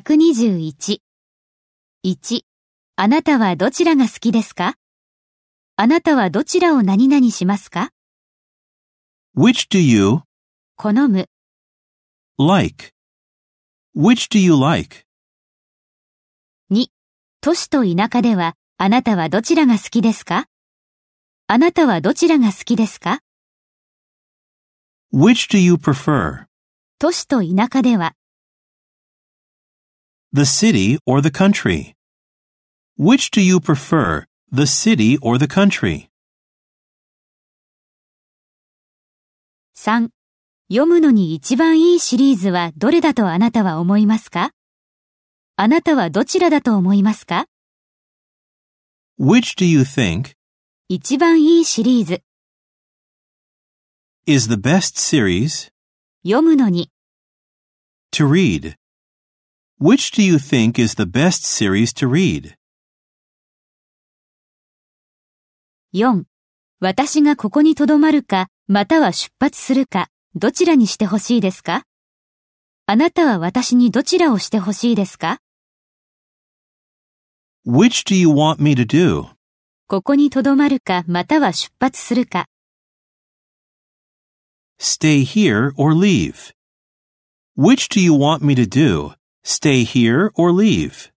121。1. あなたはどちらが好きですかあなたはどちらを何々しますか Which do you 好む。 like? Which do you like? 都市と田舎では、あなたはどちらが好きですかあなたはどちらが好きですか Which do you prefer? 都市と田舎では、 The city or the country? Which do you prefer? The city or the country? 3. 読むのに一番いいシリーズはどれだとあなたは思いますかあなたはどちらだと思いますか Which do you think 一番いいシリーズ、 is the best series 読むのに、 to read? Which do you think is the best series to read? 4. 私がここに留まるか、または出発するか、どちらにしてほしいですかあなたは私にどちらをしてほしいですか Which do you want me to do? ここに留まるか、または出発するか、 Stay here or leave? Which do you want me to do? Stay here or leave?